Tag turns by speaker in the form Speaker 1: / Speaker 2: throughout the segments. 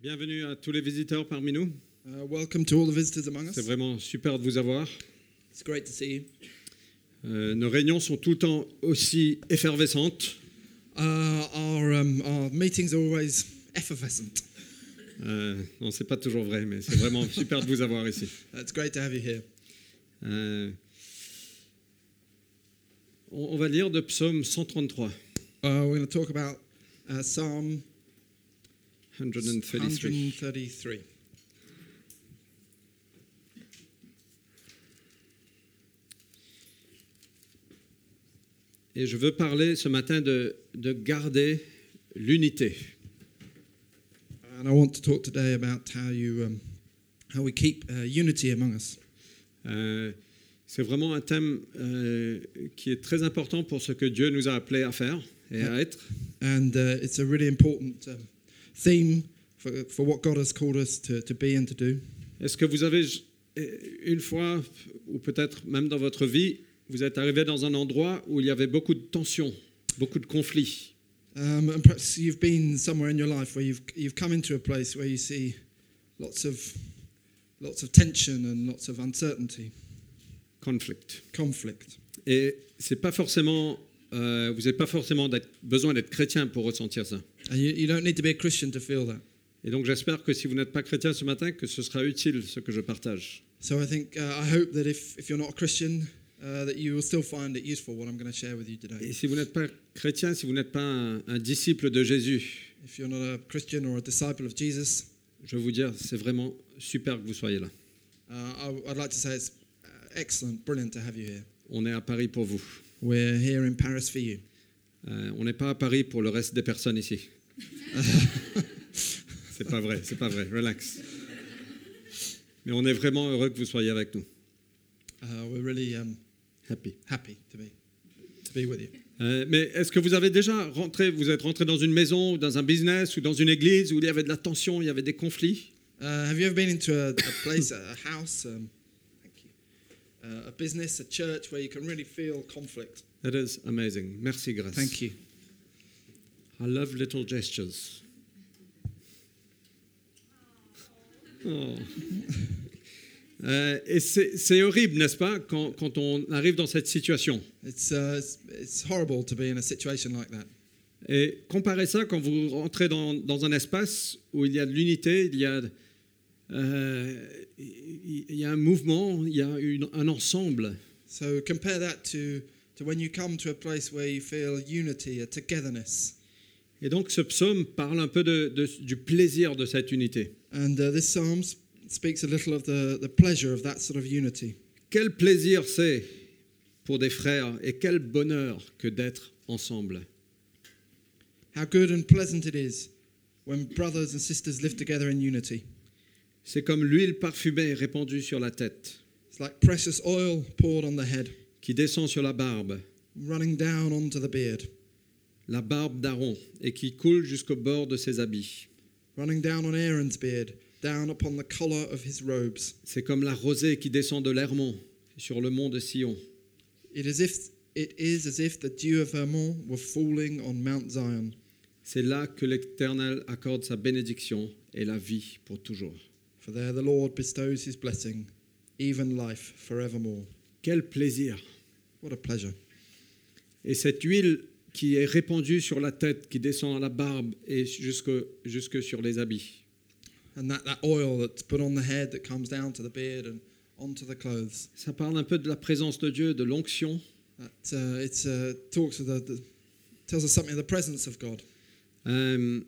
Speaker 1: Bienvenue à tous les visiteurs parmi nous.
Speaker 2: Uh, welcome to all the visitors among us.
Speaker 1: C'est vraiment super de vous avoir.
Speaker 2: It's great to see you.
Speaker 1: Euh, nos réunions sont tout le temps aussi effervescentes.
Speaker 2: Uh, our, um, our meetings are always effervescent.
Speaker 1: Euh, non, c'est pas toujours vrai, mais c'est vraiment super de vous avoir ici.
Speaker 2: Uh, It's great to have you here.
Speaker 1: Euh, on, on va lire de Psaume 133.
Speaker 2: Uh, we're going to talk about uh, Psalm
Speaker 1: 133.
Speaker 2: 133.
Speaker 1: Et je veux parler ce matin de, de garder l'unité.
Speaker 2: And I want to talk today about how, you, um, how we keep uh, unity among us.
Speaker 1: Euh, c'est vraiment un thème euh, qui est très important pour ce que Dieu nous a appelés à faire et à être.
Speaker 2: And uh, it's a really important um, theme for, for what God has called us to, to be and to do.
Speaker 1: Est-ce que vous avez euh, une fois, ou peut-être même dans votre vie, vous êtes arrivé dans un endroit où il y avait beaucoup de tensions, beaucoup de conflits,
Speaker 2: Um, and perhaps you've been somewhere in your life where you've you've come into a place where you see lots of lots of tension and lots of uncertainty,
Speaker 1: conflicts.
Speaker 2: conflict.
Speaker 1: Et c'est pas forcément, euh, vous n'avez pas forcément d'être- besoin d'être chrétien pour ressentir ça.
Speaker 2: And you, you don't need to be a Christian to feel that.
Speaker 1: Et donc j'espère que si vous n'êtes pas chrétien ce matin, que ce sera utile ce que je partage.
Speaker 2: So I think uh, I hope that if, if you're not a Christian, uh, that you will still find it useful what I'm going to share with you
Speaker 1: Et
Speaker 2: today.
Speaker 1: si vous n'êtes pas chrétien, si vous n'êtes pas un, un disciple de Jésus,
Speaker 2: If you're not a Christian or a disciple of Jesus,
Speaker 1: je vais vous dire, c'est vraiment super que vous soyez là.
Speaker 2: uh, I, I'd like to say it's uh, excellent, brilliant to have you here.
Speaker 1: On est à Paris pour vous.
Speaker 2: We're here in Paris for you.
Speaker 1: Euh, on n'est pas à Paris pour le reste des personnes ici. c'est pas vrai, c'est pas vrai. Relax. Mais on est vraiment heureux que vous soyez avec nous.
Speaker 2: Uh, we're really um,
Speaker 1: Happy.
Speaker 2: happy to be to be with you.
Speaker 1: Euh, mais est-ce que vous avez déjà rentré, vous êtes rentré dans une maison, ou dans un business ou dans une église où il y avait de la tension, il y avait des conflits
Speaker 2: Uh, have you ever been into a, a place, a a house, um, thank you, uh, a business, a church where you can really feel conflict?
Speaker 1: That is amazing. Merci, Grace.
Speaker 2: Thank you.
Speaker 1: I love little gestures. Oh. Euh, et c'est c'est horrible, n'est-ce pas, quand, quand on arrive dans cette situation.
Speaker 2: It's, uh, it's it's horrible to be in a situation like that.
Speaker 1: Et comparez ça quand vous rentrez dans, dans un espace où il y a de l'unité, il y a, euh, il il y a un mouvement, il y a une- un ensemble.
Speaker 2: So compare that to to when you come to a place where you feel unity, a togetherness.
Speaker 1: Et donc ce psaume parle un peu de- de- du plaisir de cette unité.
Speaker 2: And uh, this psalm s- speaks a little of the, the pleasure of that sort of unity.
Speaker 1: Quel plaisir c'est pour des frères et quel bonheur que d'être ensemble.
Speaker 2: How good and pleasant it is when brothers and sisters live together in unity.
Speaker 1: C'est comme l'huile parfumée répandue sur la tête,
Speaker 2: It's like precious oil poured on the head,
Speaker 1: qui descend sur la barbe,
Speaker 2: running down onto the beard.
Speaker 1: la barbe d'Aaron, et qui coule jusqu'au bord de ses habits.
Speaker 2: running down on Aaron's beard, down upon the collar of his robes.
Speaker 1: C'est comme la rosée qui descend de l'Hermon sur le mont de Sion.
Speaker 2: It is if it is as if the dew of Hermon were falling on Mount Zion.
Speaker 1: C'est là que l'Éternel accorde sa bénédiction et la vie pour toujours.
Speaker 2: For there the Lord bestows his blessing, even life forevermore.
Speaker 1: Quel plaisir
Speaker 2: What a pleasure.
Speaker 1: Et cette huile qui est répandue sur la tête, qui descend à la barbe et jusque, jusque sur les habits.
Speaker 2: And that, that oil that's put on the head that comes down to the beard and onto the clothes.
Speaker 1: Ça parle un peu de la présence de Dieu, de l'onction.
Speaker 2: That, uh, it's uh, talks of the, the tells us something of the presence of God.
Speaker 1: Euh,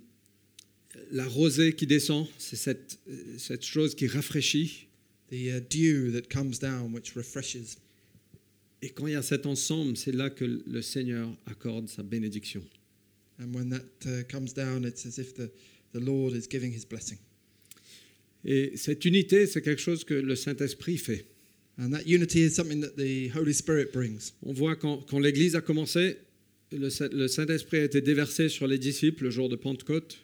Speaker 1: la rosée qui descend, c'est cette, euh, cette chose qui rafraîchit.
Speaker 2: The uh, dew that comes down, which refreshes.
Speaker 1: Et quand il y a cet ensemble, c'est là que le Seigneur accorde sa bénédiction.
Speaker 2: And when that uh, comes down, it's as if the, the Lord is giving his blessing.
Speaker 1: Et cette unité, c'est quelque chose que le Saint-Esprit fait.
Speaker 2: And that unity is something that the Holy Spirit brings.
Speaker 1: On voit quand, quand l'Église a commencé, le, Saint- le Saint-Esprit a été déversé sur les disciples le jour de Pentecôte.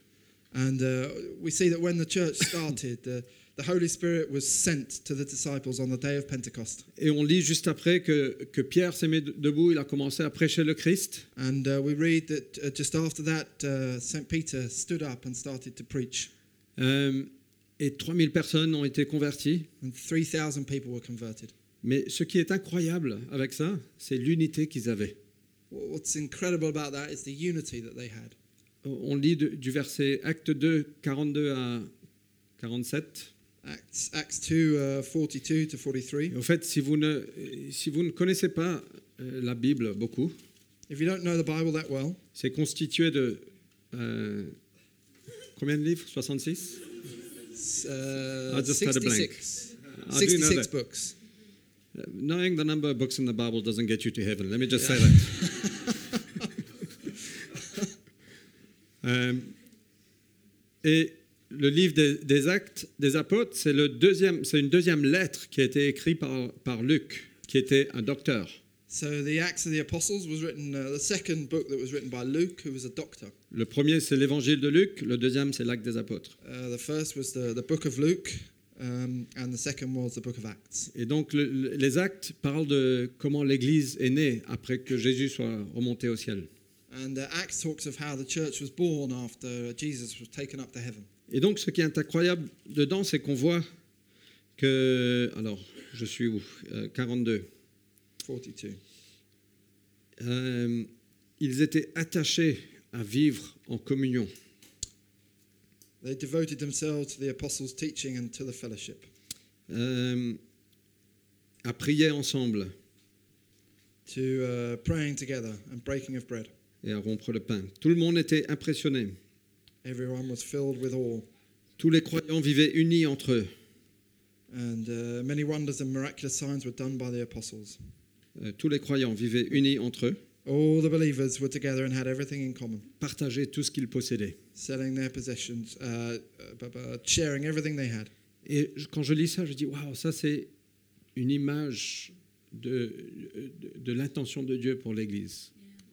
Speaker 2: And uh, we see that when the church started, the, the Holy Spirit was sent to the disciples on the day of Pentecost.
Speaker 1: Et on lit juste après que, que Pierre s'est mis de- debout, il a commencé à prêcher le Christ.
Speaker 2: And uh, we read that uh, just after that, uh, St. Peter stood up and started to preach.
Speaker 1: Euh, et 3000 personnes ont été converties.
Speaker 2: and 3,000 people were converted.
Speaker 1: Mais ce qui est incroyable avec ça, c'est l'unité qu'ils avaient.
Speaker 2: Wh- What's incredible about that is the unity that they had.
Speaker 1: On lit de- du verset Acte 2, 42 à 47.
Speaker 2: Acts, Acts 2 uh, 42
Speaker 1: Et
Speaker 2: to 43.
Speaker 1: au fait, si vous ne, si vous ne connaissez pas euh, la Bible beaucoup,
Speaker 2: If you don't know the Bible that well,
Speaker 1: c'est constitué de... euh, combien de livres Ah, 66
Speaker 2: it's, uh,
Speaker 1: I just had a blank.
Speaker 2: 66,
Speaker 1: I do know
Speaker 2: 66
Speaker 1: that.
Speaker 2: books.
Speaker 1: Knowing euh, the number of books in the Bible doesn't get you to heaven. Let me just say that. Euh, et le livre des, des Actes des Apôtres, c'est le deuxième, c'est une deuxième lettre qui a été écrite par, par Luc, qui était un docteur.
Speaker 2: So the Acts of the Apostles was written, uh, the second book that was written by Luke, who was a doctor.
Speaker 1: Le premier, c'est l'Évangile de Luc. Le deuxième, c'est l'Acte des Apôtres.
Speaker 2: Uh, the first was the, the book of Luke, um, and the second was the book of Acts.
Speaker 1: Et donc, le- le- les Actes parlent de comment l'Église est née après que Jésus soit remonté au ciel.
Speaker 2: And uh, Acts talks of how the church was born after Jesus was taken up to heaven.
Speaker 1: Et donc, ce qui est incroyable dedans, c'est qu'on voit que. Alors, je suis où Euh, 42.
Speaker 2: 42.
Speaker 1: Euh, ils étaient attachés à vivre en communion.
Speaker 2: They devoted themselves to the apostles' teaching and to the fellowship,
Speaker 1: euh, à prier ensemble
Speaker 2: to uh, praying together and breaking of bread.
Speaker 1: et à rompre le pain. Tout le monde était impressionné.
Speaker 2: Everyone was filled with awe,
Speaker 1: Tous les croyants vivaient unis entre eux.
Speaker 2: and uh, many wonders and miraculous signs were done by the apostles.
Speaker 1: Euh, tous les croyants vivaient unis entre eux,
Speaker 2: All the believers were together and had everything in common.
Speaker 1: partageaient tout ce qu'ils possédaient.
Speaker 2: selling their possessions, uh, uh, bu- bu- sharing everything they had.
Speaker 1: Et je- quand je lis ça, je dis waouh, ça c'est une image de, de- de l'intention de Dieu pour l'Église.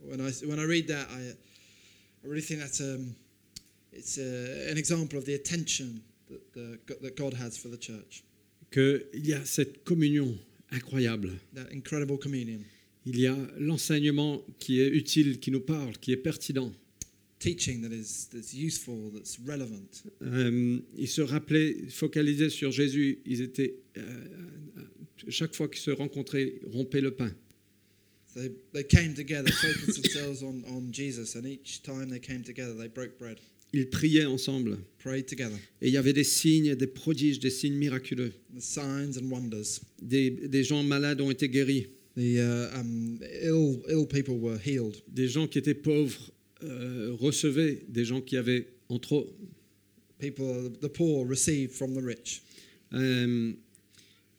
Speaker 2: When I when I read that, I I really think that's um, it's uh, an example of the attention that the, go- that God has for the church.
Speaker 1: qu'il y a cette communion incroyable.
Speaker 2: That incredible communion,
Speaker 1: Il y a l'enseignement qui est utile, qui nous parle, qui est pertinent.
Speaker 2: teaching that is that's useful, that's relevant.
Speaker 1: Euh, ils se rappelaient, focalisaient sur Jésus. Ils étaient, euh, chaque fois qu'ils se rencontraient, rompaient le pain.
Speaker 2: They they came together, focused themselves on on Jesus, and each time they came together, they broke bread,
Speaker 1: Ils priaient ensemble.
Speaker 2: prayed together.
Speaker 1: Et il y avait des signes, des prodiges, des signes miraculeux.
Speaker 2: The signs and wonders.
Speaker 1: Des, des gens malades ont été guéris.
Speaker 2: The uh, um, ill ill people were healed.
Speaker 1: Des gens qui étaient pauvres euh, recevaient. Des gens qui avaient en trop.
Speaker 2: People, the poor, received from the rich.
Speaker 1: Euh,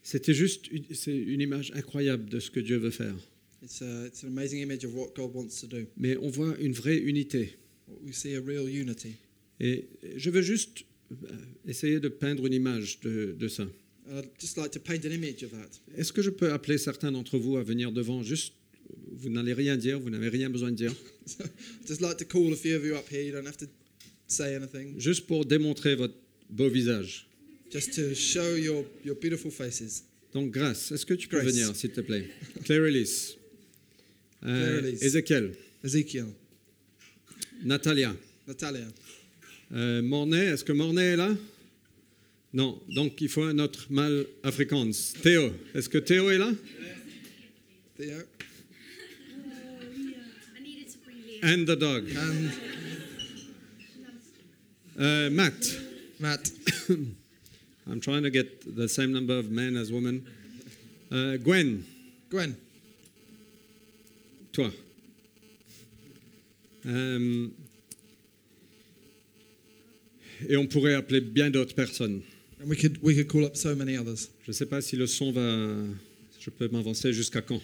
Speaker 1: C'était juste une- c'est une image incroyable de ce que Dieu veut faire.
Speaker 2: It's, a, it's an amazing image of what God wants to do.
Speaker 1: mais on voit une vraie unité.
Speaker 2: We see a real unity.
Speaker 1: Et je veux juste euh, essayer de peindre une image de, de ça.
Speaker 2: And I'd just like to paint an image of that.
Speaker 1: Est-ce que je peux appeler certains d'entre vous à venir devant Juste, vous n'allez rien dire, vous n'avez rien besoin de dire,
Speaker 2: I'd just like to call a few of you up here. You don't have to say anything.
Speaker 1: juste pour démontrer votre beau visage.
Speaker 2: Just to show your, your beautiful faces.
Speaker 1: Donc, Grâce, est-ce que tu peux
Speaker 2: Grace.
Speaker 1: venir, s'il te plaît Claire Ellis. Euh,
Speaker 2: Claire Ellis.
Speaker 1: Ezekiel.
Speaker 2: Ezekiel,
Speaker 1: Natalia.
Speaker 2: Natalia,
Speaker 1: Euh, Mornay, est-ce que Mornay est là Non, donc il faut un autre mâle afrikaans. Théo, est-ce que Théo est là
Speaker 2: Theo,
Speaker 3: I needed to bring you.
Speaker 1: And the dog.
Speaker 2: and
Speaker 1: Euh, Matt.
Speaker 2: Matt,
Speaker 1: I'm trying to get the same number of men as women. Euh, Gwen,
Speaker 2: Gwen,
Speaker 1: toi. Euh, et on pourrait appeler bien d'autres personnes.
Speaker 2: and we could we could call up so many others.
Speaker 1: Je ne sais pas si le son va... Je peux m'avancer jusqu'à quand.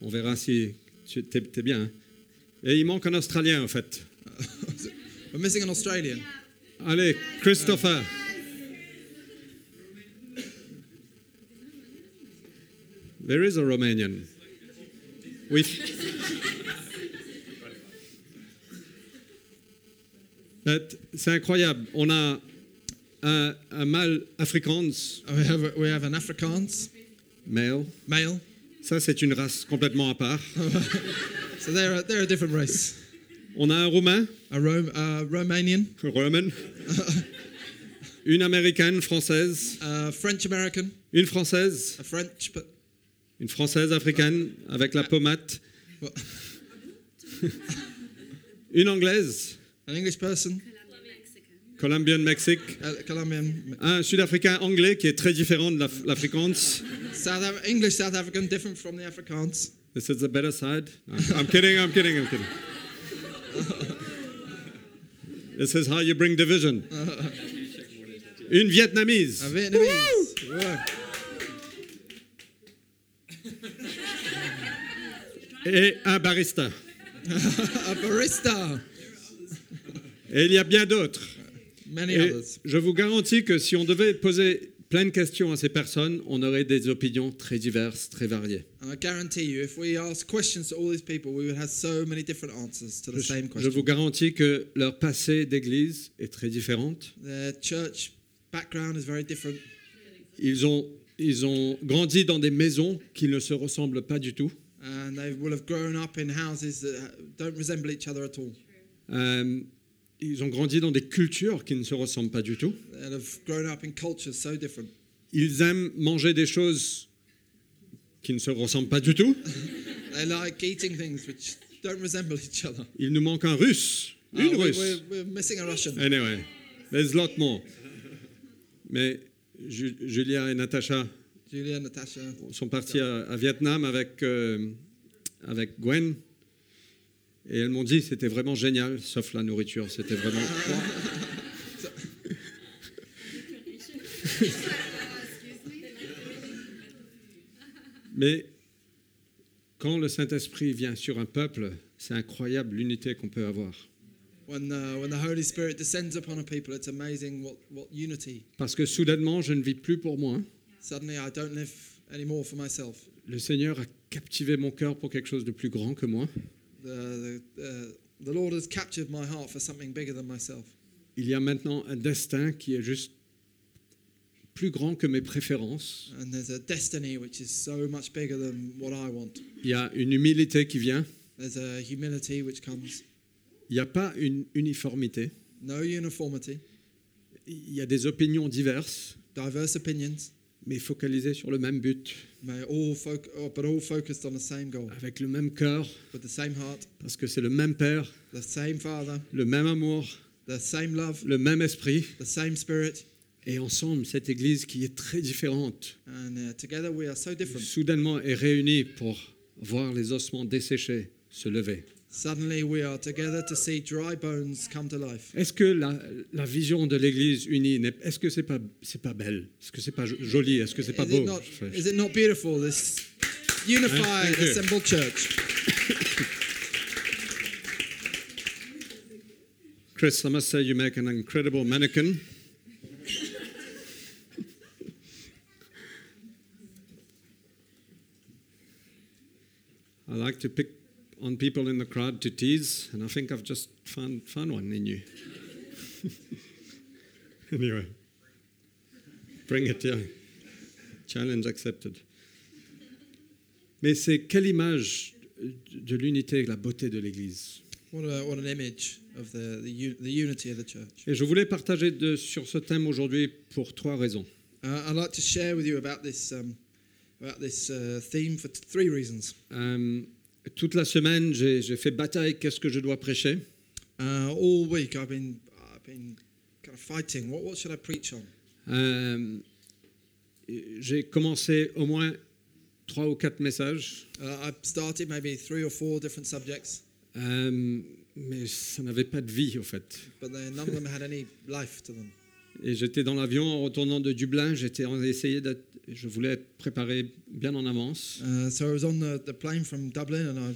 Speaker 1: On verra si... Tu t'es t'es bien. hein? Et il manque un Australien, en fait.
Speaker 2: We're missing an Australian.
Speaker 1: Allez, Christopher. There is a Romanian. We. That- C'est incroyable. On a un, un mâle Afrikaans,
Speaker 2: We have a, we have an Afrikaans
Speaker 1: male.
Speaker 2: male.
Speaker 1: Ça, c'est une race complètement à part.
Speaker 2: So they're a, they're a different race.
Speaker 1: On a un Roumain,
Speaker 2: a Rome, uh, Romanian,
Speaker 1: Roman, une Américaine, Française,
Speaker 2: a uh, French American,
Speaker 1: une Française,
Speaker 2: a French, but
Speaker 1: une Française africaine avec la pommade,
Speaker 2: well,
Speaker 1: une Anglaise,
Speaker 2: an English person,
Speaker 1: Colombian, Mexique,
Speaker 2: a Colombian,
Speaker 1: un Sud-Africain anglais qui est très différent de l'Af- l'Afrikaans.
Speaker 2: South Af- English South African, different from the Afrikaans.
Speaker 1: This is the better side. I'm, I'm kidding, I'm kidding, I'm kidding. This is how you bring division. Une
Speaker 2: A
Speaker 1: Vietnamese,
Speaker 2: Vietnamese. Wow.
Speaker 1: et un barista.
Speaker 2: A barista.
Speaker 1: Et il y a bien d'autres.
Speaker 2: Many
Speaker 1: Et
Speaker 2: others.
Speaker 1: je vous garantis que si on devait poser plein de questions à ces personnes, on aurait des opinions très diverses, très variées.
Speaker 2: And I guarantee you, if we asked questions to all these people, we would have so many different answers to the same
Speaker 1: Je
Speaker 2: question.
Speaker 1: vous garantis que leur passé d'église est très différente.
Speaker 2: Their church background is very different.
Speaker 1: Ils ont, ils ont grandi dans des maisons qui ne se ressemblent pas du tout.
Speaker 2: and they will have grown up in houses that ha- don't resemble each other at all.
Speaker 1: Euh, ils ont grandi dans des cultures qui ne se ressemblent pas du tout.
Speaker 2: They'll have grown up in cultures so different.
Speaker 1: Ils aiment manger des choses qui ne se ressemblent pas du tout.
Speaker 2: They like eating things which don't resemble each other.
Speaker 1: Il nous manque un russe.
Speaker 2: Uh,
Speaker 1: Une
Speaker 2: we-
Speaker 1: russe.
Speaker 2: we're, we're missing a Russian.
Speaker 1: Anyway, there's a lot more. Mais Ju- Julia et Natacha
Speaker 2: Julia and Natasha.
Speaker 1: sont partis à, à Vietnam avec, euh, avec Gwen. Et elles m'ont dit c'était vraiment génial, sauf la nourriture. C'était vraiment. Mais quand le Saint-Esprit vient sur un peuple, c'est incroyable l'unité qu'on peut avoir.
Speaker 2: When, uh, when the Holy Spirit descends upon a people, it's amazing what, what unity.
Speaker 1: Parce que soudainement, je ne vis plus pour moi.
Speaker 2: Suddenly, I don't live anymore for myself.
Speaker 1: Le Seigneur a captivé mon cœur pour quelque chose de plus grand que moi.
Speaker 2: The, the, uh, the Lord has captured my heart for something bigger than myself.
Speaker 1: Il y a maintenant un destin qui est juste plus grand que mes préférences.
Speaker 2: And there's a destiny which is so much bigger than what I want.
Speaker 1: Il y a une humilité qui vient.
Speaker 2: There's a humility which comes,
Speaker 1: Il n'y a pas une uniformité.
Speaker 2: no uniformity.
Speaker 1: Il y a des opinions diverses,
Speaker 2: diverse opinions,
Speaker 1: mais focalisées sur le même but,
Speaker 2: may all foc- oh, but all focused on the same goal,
Speaker 1: avec le même cœur,
Speaker 2: with the same heart,
Speaker 1: parce que c'est le même Père,
Speaker 2: the same Father,
Speaker 1: le même amour,
Speaker 2: the same love,
Speaker 1: le même esprit.
Speaker 2: the same Spirit,
Speaker 1: Et ensemble, cette Église qui est très différente,
Speaker 2: and uh, together we are so different.
Speaker 1: soudainement est réunie pour voir les ossements desséchés se lever.
Speaker 2: Suddenly we are together to see dry bones come to life.
Speaker 1: Est-ce que la, la vision de l'Église unie, n'est- est-ce que c'est pas c'est pas belle, est-ce que c'est pas jo- joli, est-ce que c'est pas
Speaker 2: Is
Speaker 1: beau
Speaker 2: it not,
Speaker 1: Je-
Speaker 2: is it not beautiful? This unified,
Speaker 1: Thank you.
Speaker 2: assembled church.
Speaker 1: Chris, I must say you make an incredible mannequin. I like to pick on people in the crowd to tease, and I think I've just found found one in you. anyway, bring it, yeah. Challenge accepted. Mais c'est quelle image de l'unité et de la beauté de l'Église
Speaker 2: What, a, what an image of the, the, u- the unity of the church.
Speaker 1: Et je voulais partager de- sur ce thème aujourd'hui pour trois raisons.
Speaker 2: Uh, I'd like to share with you about this, um, about this uh, theme for t- three reasons.
Speaker 1: Euh, toute la semaine, j'ai j'ai fait bataille, qu'est-ce que je dois prêcher
Speaker 2: Uh, all week I've been I've been kind of fighting. What what should I preach on?
Speaker 1: Euh, J'ai commencé au moins trois ou quatre messages,
Speaker 2: Uh, I've started maybe three or four different subjects,
Speaker 1: euh, mais ça n'avait pas de vie en fait.
Speaker 2: but they, none of them had any life to them.
Speaker 1: Et j'étais dans l'avion en retournant de Dublin, j'étais en essayé d'être, je voulais être préparé bien en avance.
Speaker 2: Uh, so I was on the, the plane from Dublin, and I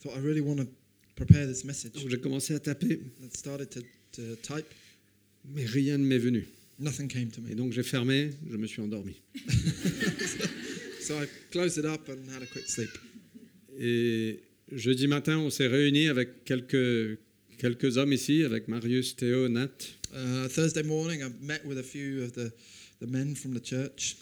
Speaker 2: thought I really want to prepare this message.
Speaker 1: Donc j'ai commencé à taper,
Speaker 2: I started to, to type.
Speaker 1: mais rien ne m'est venu.
Speaker 2: Nothing came to
Speaker 1: Et
Speaker 2: me.
Speaker 1: donc j'ai fermé, je me suis endormi.
Speaker 2: So I closed it up and had a quick sleep.
Speaker 1: Et jeudi matin, on s'est réunis avec quelques, quelques hommes ici, avec Marius, Théo, Nat.
Speaker 2: Uh, Thursday morning, I met with a few of the, the men from the church,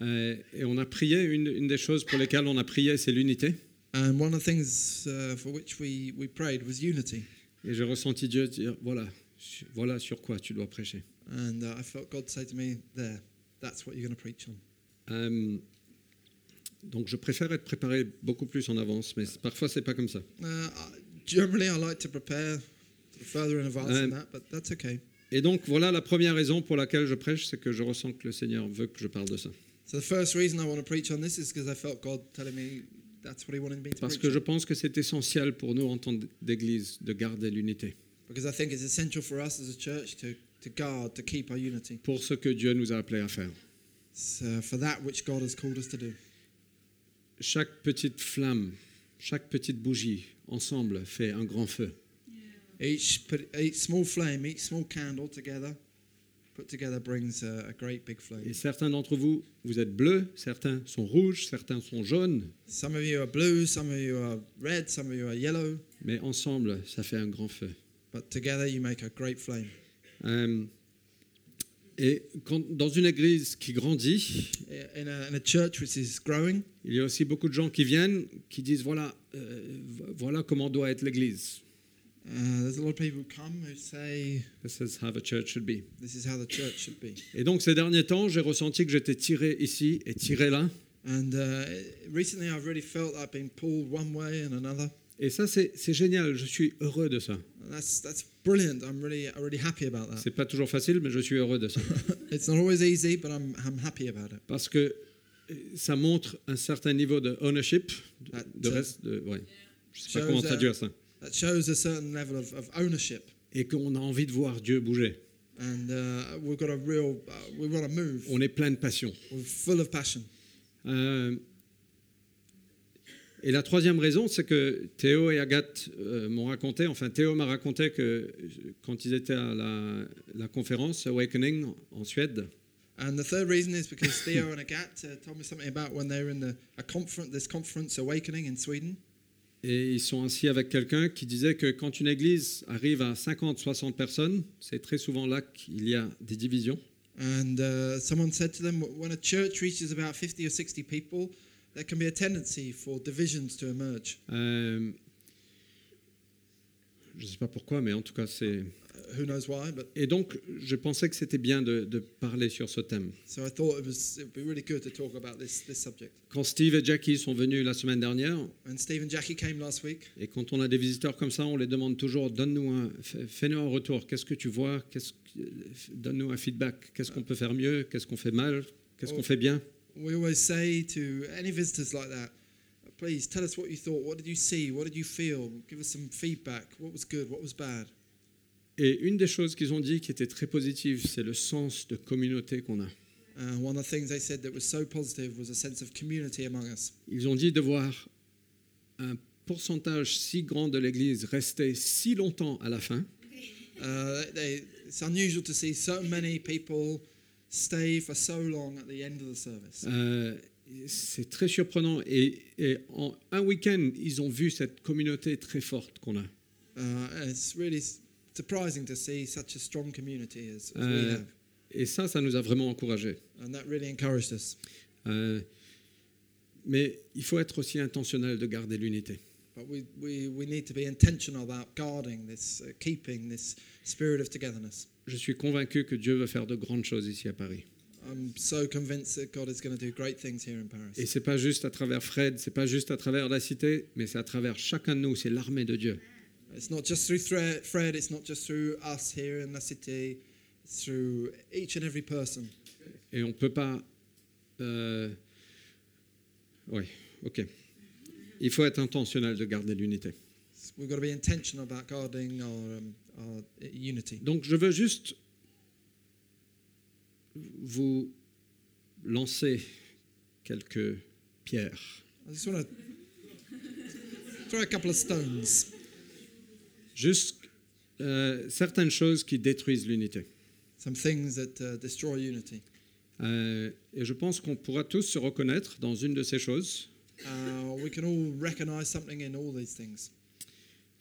Speaker 1: Euh, et on a prié, une, une des choses pour lesquelles on a prié, c'est l'unité.
Speaker 2: and one of the things uh, for which we, we prayed was unity.
Speaker 1: Et j'ai ressenti Dieu dire, voilà, su- voilà sur quoi tu dois prêcher.
Speaker 2: And uh, I felt God say to me, There, that's what you're going to preach on.
Speaker 1: Euh, donc je préfère être préparé beaucoup plus en avance, mais c- parfois c'est pas comme ça.
Speaker 2: Uh, I, generally, I like to prepare sort of further in advance than
Speaker 1: Um,
Speaker 2: that, but that's okay.
Speaker 1: Et donc voilà la première raison pour laquelle je prêche, c'est que je ressens que le Seigneur veut que je parle de ça.
Speaker 2: So the first reason I want to preach on this is because I felt God telling me that's what He wanted me to
Speaker 1: Parce
Speaker 2: preach.
Speaker 1: que
Speaker 2: on.
Speaker 1: je pense que c'est essentiel pour nous en tant d'Église de garder l'unité,
Speaker 2: Because I think it's essential for us as a church to, to guard, to keep our unity.
Speaker 1: pour ce que Dieu nous a appelés à faire.
Speaker 2: So for that which God has called us to do.
Speaker 1: Chaque petite flamme, chaque petite bougie, ensemble, fait un grand feu.
Speaker 2: Each, put- each small flame, each small candle together, put together brings a, a great big
Speaker 1: Et
Speaker 2: flame.
Speaker 1: certains d'entre vous, vous êtes bleus, certains sont rouges, certains sont jaunes,
Speaker 2: Some of you are blue, some of you are red, some of you are yellow,
Speaker 1: mais ensemble, ça fait un grand feu.
Speaker 2: but together you make a great flame.
Speaker 1: Euh, et quand- dans une église qui grandit,
Speaker 2: I- In a, in a church which is growing,
Speaker 1: il y a aussi beaucoup de gens qui viennent, qui disent voilà, euh, vo- voilà comment doit être l'église.
Speaker 2: uh, there's a lot of people who come who say,
Speaker 1: This is how the church should be.
Speaker 2: This is how the church should be.
Speaker 1: Et donc ces derniers temps, j'ai ressenti que j'étais tiré ici et tiré là.
Speaker 2: And uh, recently I've really felt I've been pulled one way and another.
Speaker 1: Et ça, c'est c'est génial. Je suis heureux de ça.
Speaker 2: And that's that's brilliant. I'm really I'm really happy about that.
Speaker 1: Mm. C'est pas toujours facile, mais je suis heureux de ça
Speaker 2: It's not always easy, but I'm I'm happy about it.
Speaker 1: parce que euh, ça montre un certain niveau de ownership, de,
Speaker 2: Ah,
Speaker 1: de
Speaker 2: ça-
Speaker 1: reste, de, ouais. Je sais
Speaker 2: Ça
Speaker 1: pas comment
Speaker 2: vous a-
Speaker 1: traduire ça.
Speaker 2: That shows a certain level of, of ownership,
Speaker 1: Et qu'on a envie de voir Dieu bouger.
Speaker 2: and uh, we've got a real uh, we want to move.
Speaker 1: On est plein de passion.
Speaker 2: We're full of passion.
Speaker 1: Euh, et la troisième raison, c'est que Théo et Agathe euh, m'ont raconté, enfin Théo m'a raconté que euh, quand ils étaient à la, la conférence Awakening en Suède,
Speaker 2: And the third reason is because Theo and Agat uh, told me something about when they were in the a conference this conference Awakening in Sweden,
Speaker 1: et ils sont assis avec quelqu'un qui disait que quand une église arrive à 50-60 personnes, c'est très souvent là qu'il y a des divisions.
Speaker 2: and uh, someone said to them when a church reaches about fifty or sixty people, there can be a tendency for divisions to emerge.
Speaker 1: Euh, je ne sais pas pourquoi, mais en tout cas c'est...
Speaker 2: Uh, who knows why, but
Speaker 1: Et donc je pensais que c'était bien de- de parler sur ce thème.
Speaker 2: so I thought it was it'd be really good to talk about this this subject.
Speaker 1: Quand Steve et Jackie sont venus la semaine dernière,
Speaker 2: And Steve and Jackie came last week,
Speaker 1: et quand on a des visiteurs comme ça, on les demande toujours donne-nous un, fais- fais-nous un retour. Qu'est-ce que tu vois Qu'est-ce que- euh, Donne-nous un feedback. Qu'est-ce qu'on peut faire mieux Qu'est-ce qu'on fait mal Qu'est-ce qu'on fait bien
Speaker 2: we always say to any visitors like that, please tell us what you thought. What did you see? What did you feel? Give us some feedback. What was good? What was bad?
Speaker 1: Et une des choses qu'ils ont dit qui était très positive, c'est le sens de communauté qu'on a.
Speaker 2: Uh, one of the things they said that was so positive was a sense of community among us.
Speaker 1: Ils ont dit de voir un pourcentage si grand de l'Église rester si longtemps à la fin,
Speaker 2: Uh, they, it's unusual to see so many people stay for so long at the end of the service.
Speaker 1: Euh, c'est très surprenant. Et, et en un week-end, ils ont vu cette communauté très forte qu'on a.
Speaker 2: Uh, and it's really s- surprising to see such a strong community as, as we
Speaker 1: Uh,
Speaker 2: have.
Speaker 1: Et ça, ça nous a vraiment encouragés.
Speaker 2: And that really encouraged us.
Speaker 1: Euh, mais il faut être aussi intentionnel de garder l'unité.
Speaker 2: But we, we, we need to be intentional about guarding this, uh, keeping this spirit of togetherness.
Speaker 1: Je suis convaincu que Dieu veut faire de grandes choses ici à Paris.
Speaker 2: I'm so convinced that God is going to do great things here in Paris.
Speaker 1: Et c'est pas juste à travers Fred, c'est pas juste à travers la cité, mais c'est à travers chacun de nous, c'est l'armée de Dieu.
Speaker 2: It's not just through Thre- Fred, it's not just through us here in the city, it's through each and every person.
Speaker 1: Et on peut pas. euh, Oui, ok. Il faut être intentionnel de garder l'unité.
Speaker 2: So we've got to be intentional about guarding our, um, our uh, unity.
Speaker 1: Donc je veux juste vous lancer quelques pierres.
Speaker 2: I just want to throw a couple of stones,
Speaker 1: Juste euh, certaines choses qui détruisent l'unité.
Speaker 2: some things that uh, destroy unity.
Speaker 1: Euh, et je pense qu'on pourra tous se reconnaître dans une de ces choses.
Speaker 2: Uh, we can all recognize something in all these things.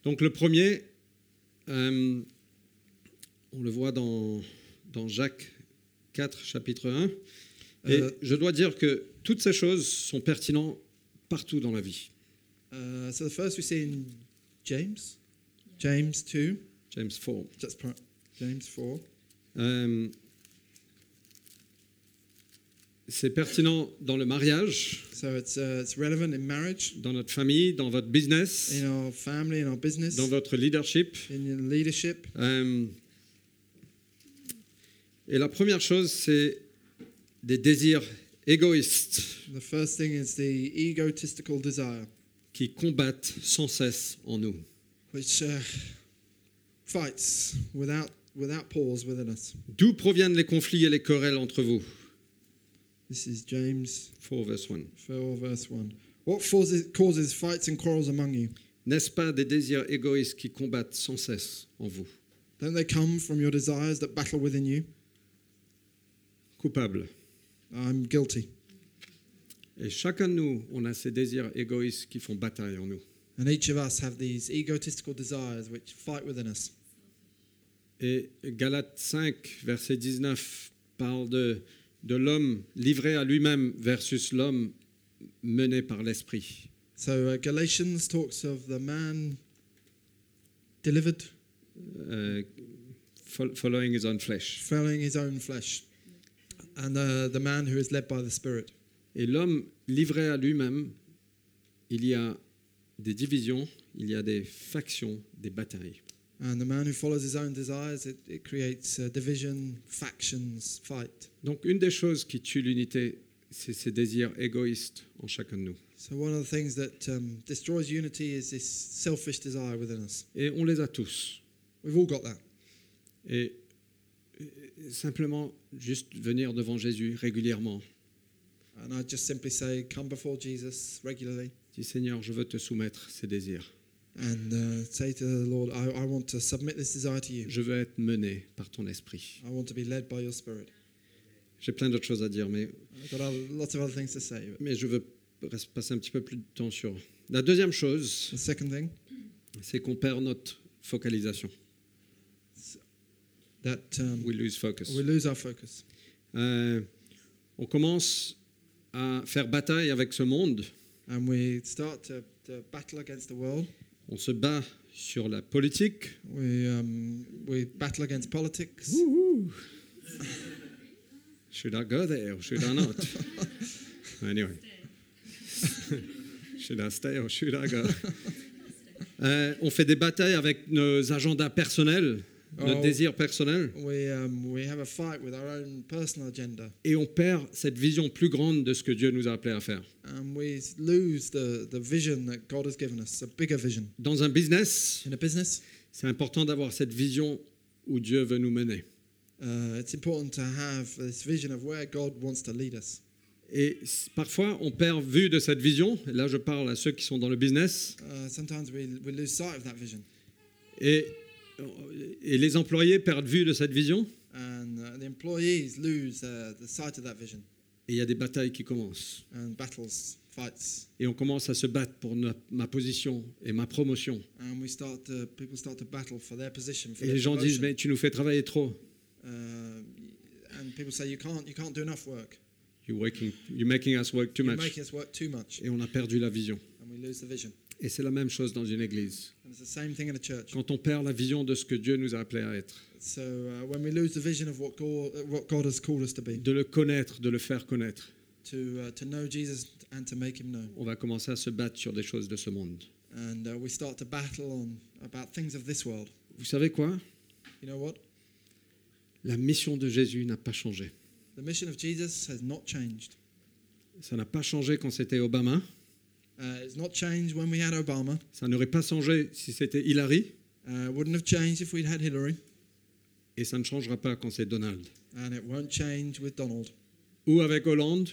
Speaker 1: Donc le premier, euh, on le voit dans, dans Jacques 4, chapitre 1. Et
Speaker 2: Euh,
Speaker 1: je dois dire que toutes ces choses sont pertinentes partout dans la vie.
Speaker 2: Uh, so the first we see in James, James 2,
Speaker 1: James 4.
Speaker 2: just pri- James 4.
Speaker 1: Euh, c'est pertinent dans le mariage,
Speaker 2: So it's, uh, it's relevant in marriage,
Speaker 1: dans notre famille, dans votre business,
Speaker 2: in our family, in our business,
Speaker 1: dans votre leadership.
Speaker 2: in your leadership.
Speaker 1: Euh, et la première chose, c'est des désirs égoïstes
Speaker 2: The first thing is the egotistical desire,
Speaker 1: qui combattent sans cesse en nous.
Speaker 2: which uh, fights without, without pause within us.
Speaker 1: D'où proviennent les conflits et les querelles entre vous
Speaker 2: This is James
Speaker 1: 4 verse 1.
Speaker 2: 4, verse 1. What causes, causes fights and quarrels among you?
Speaker 1: N'est-ce pas des désirs égoïstes qui combattent sans cesse en vous
Speaker 2: Don't they come from your desires that battle within you?
Speaker 1: Coupable.
Speaker 2: I'm guilty.
Speaker 1: Et chacun de nous, on a ces désirs égoïstes qui font bataille en nous.
Speaker 2: And each of us have these egotistical desires which fight within us.
Speaker 1: Et Galates 5, verset 19, parle de, de l'homme livré à lui-même versus l'homme mené par l'esprit.
Speaker 2: So uh, Galatians talks of the man delivered,
Speaker 1: Euh, fol- following his own flesh.
Speaker 2: following his own flesh, and uh, the man who is led by the Spirit.
Speaker 1: Et l'homme livré à lui-même, il y a des divisions, il y a des factions, des batailles.
Speaker 2: And the man who follows his own desires, it, it creates uh, division, factions, fight.
Speaker 1: Donc une des choses qui tue l'unité, c'est ces désirs égoïstes en chacun de nous.
Speaker 2: So one of the things that um, destroys unity is this selfish desire within us.
Speaker 1: Et on les a tous.
Speaker 2: We've all got that.
Speaker 1: Et euh, simplement, juste venir devant Jésus régulièrement.
Speaker 2: And I just simply say, come before Jesus regularly
Speaker 1: Dis Seigneur, je veux te soumettre ces désirs.
Speaker 2: and uh, say to the Lord, I, I want to submit this desire to you.
Speaker 1: Je veux être mené par ton esprit.
Speaker 2: I want to be led by your Spirit.
Speaker 1: J'ai plein d'autres choses à dire, mais,
Speaker 2: I've got other, lots of other things to say. But
Speaker 1: mais je veux res- passer un petit peu plus de temps sur. La deuxième chose,
Speaker 2: the second thing,
Speaker 1: c'est qu'on perd notre focalisation.
Speaker 2: that um,
Speaker 1: We lose focus.
Speaker 2: we lose our focus.
Speaker 1: Euh, on commence à faire bataille avec ce monde.
Speaker 2: And we start to, to battle against the world.
Speaker 1: On se bat sur la politique.
Speaker 2: We, um, we battle against politics.
Speaker 1: Woohoo. should I go there or should I not? anyway. should I stay or should I go? Euh, on fait des batailles avec nos agendas personnels, nos
Speaker 2: Oh.
Speaker 1: désirs personnels,
Speaker 2: We, um, we have a fight with our own personal agenda.
Speaker 1: et on perd cette vision plus grande de ce que Dieu nous a appelé à faire.
Speaker 2: And we lose the, the vision that God has given us, a bigger vision.
Speaker 1: Dans un business,
Speaker 2: In a business,
Speaker 1: c'est important d'avoir cette vision où Dieu veut nous mener.
Speaker 2: uh, it's important to have this vision of where God wants to lead us.
Speaker 1: Et s- parfois, on perd vue de cette vision. Et là, je parle à ceux qui sont dans le business.
Speaker 2: Uh, sometimes we, we lose sight of that vision.
Speaker 1: Et, euh, et les employés perdent vue de cette vision.
Speaker 2: And uh, the employees lose uh, the sight of that vision.
Speaker 1: Et il y a des batailles qui commencent.
Speaker 2: And um, battles, fights.
Speaker 1: Et on commence à se battre pour no- ma position et ma promotion.
Speaker 2: and we start to, people start to battle for their position for
Speaker 1: Et
Speaker 2: their
Speaker 1: les gens disent,
Speaker 2: promotion.
Speaker 1: mais tu nous fais travailler trop.
Speaker 2: Uh, and people say you can't you can't do enough work
Speaker 1: You're, working- you're making us work too
Speaker 2: you're
Speaker 1: much.
Speaker 2: making us work too much
Speaker 1: Et on a perdu la vision.
Speaker 2: and we lose the vision
Speaker 1: Et c'est la même chose dans une église.
Speaker 2: and it's the same thing in a church
Speaker 1: Quand on perd la vision de ce que Dieu nous a appelés à être,
Speaker 2: so uh, when we lose the vision of what God uh, what God has called us to be
Speaker 1: de le connaître, de le faire connaître,
Speaker 2: to uh, to know Jesus and to make him known
Speaker 1: on va commencer à se battre sur des choses de ce monde.
Speaker 2: and uh, we start to battle on about things of this world
Speaker 1: Vous savez quoi
Speaker 2: you know what
Speaker 1: La mission de Jésus n'a pas changé.
Speaker 2: the mission of Jesus has not changed
Speaker 1: Ça n'a pas changé quand c'était Obama.
Speaker 2: uh, it's not changed when we had Obama
Speaker 1: Ça n'aurait pas changé si c'était Hillary.
Speaker 2: uh, it wouldn't have changed if we'd had Hillary
Speaker 1: Et ça ne changera pas quand c'est Donald.
Speaker 2: and it won't change with Donald
Speaker 1: Ou avec Hollande,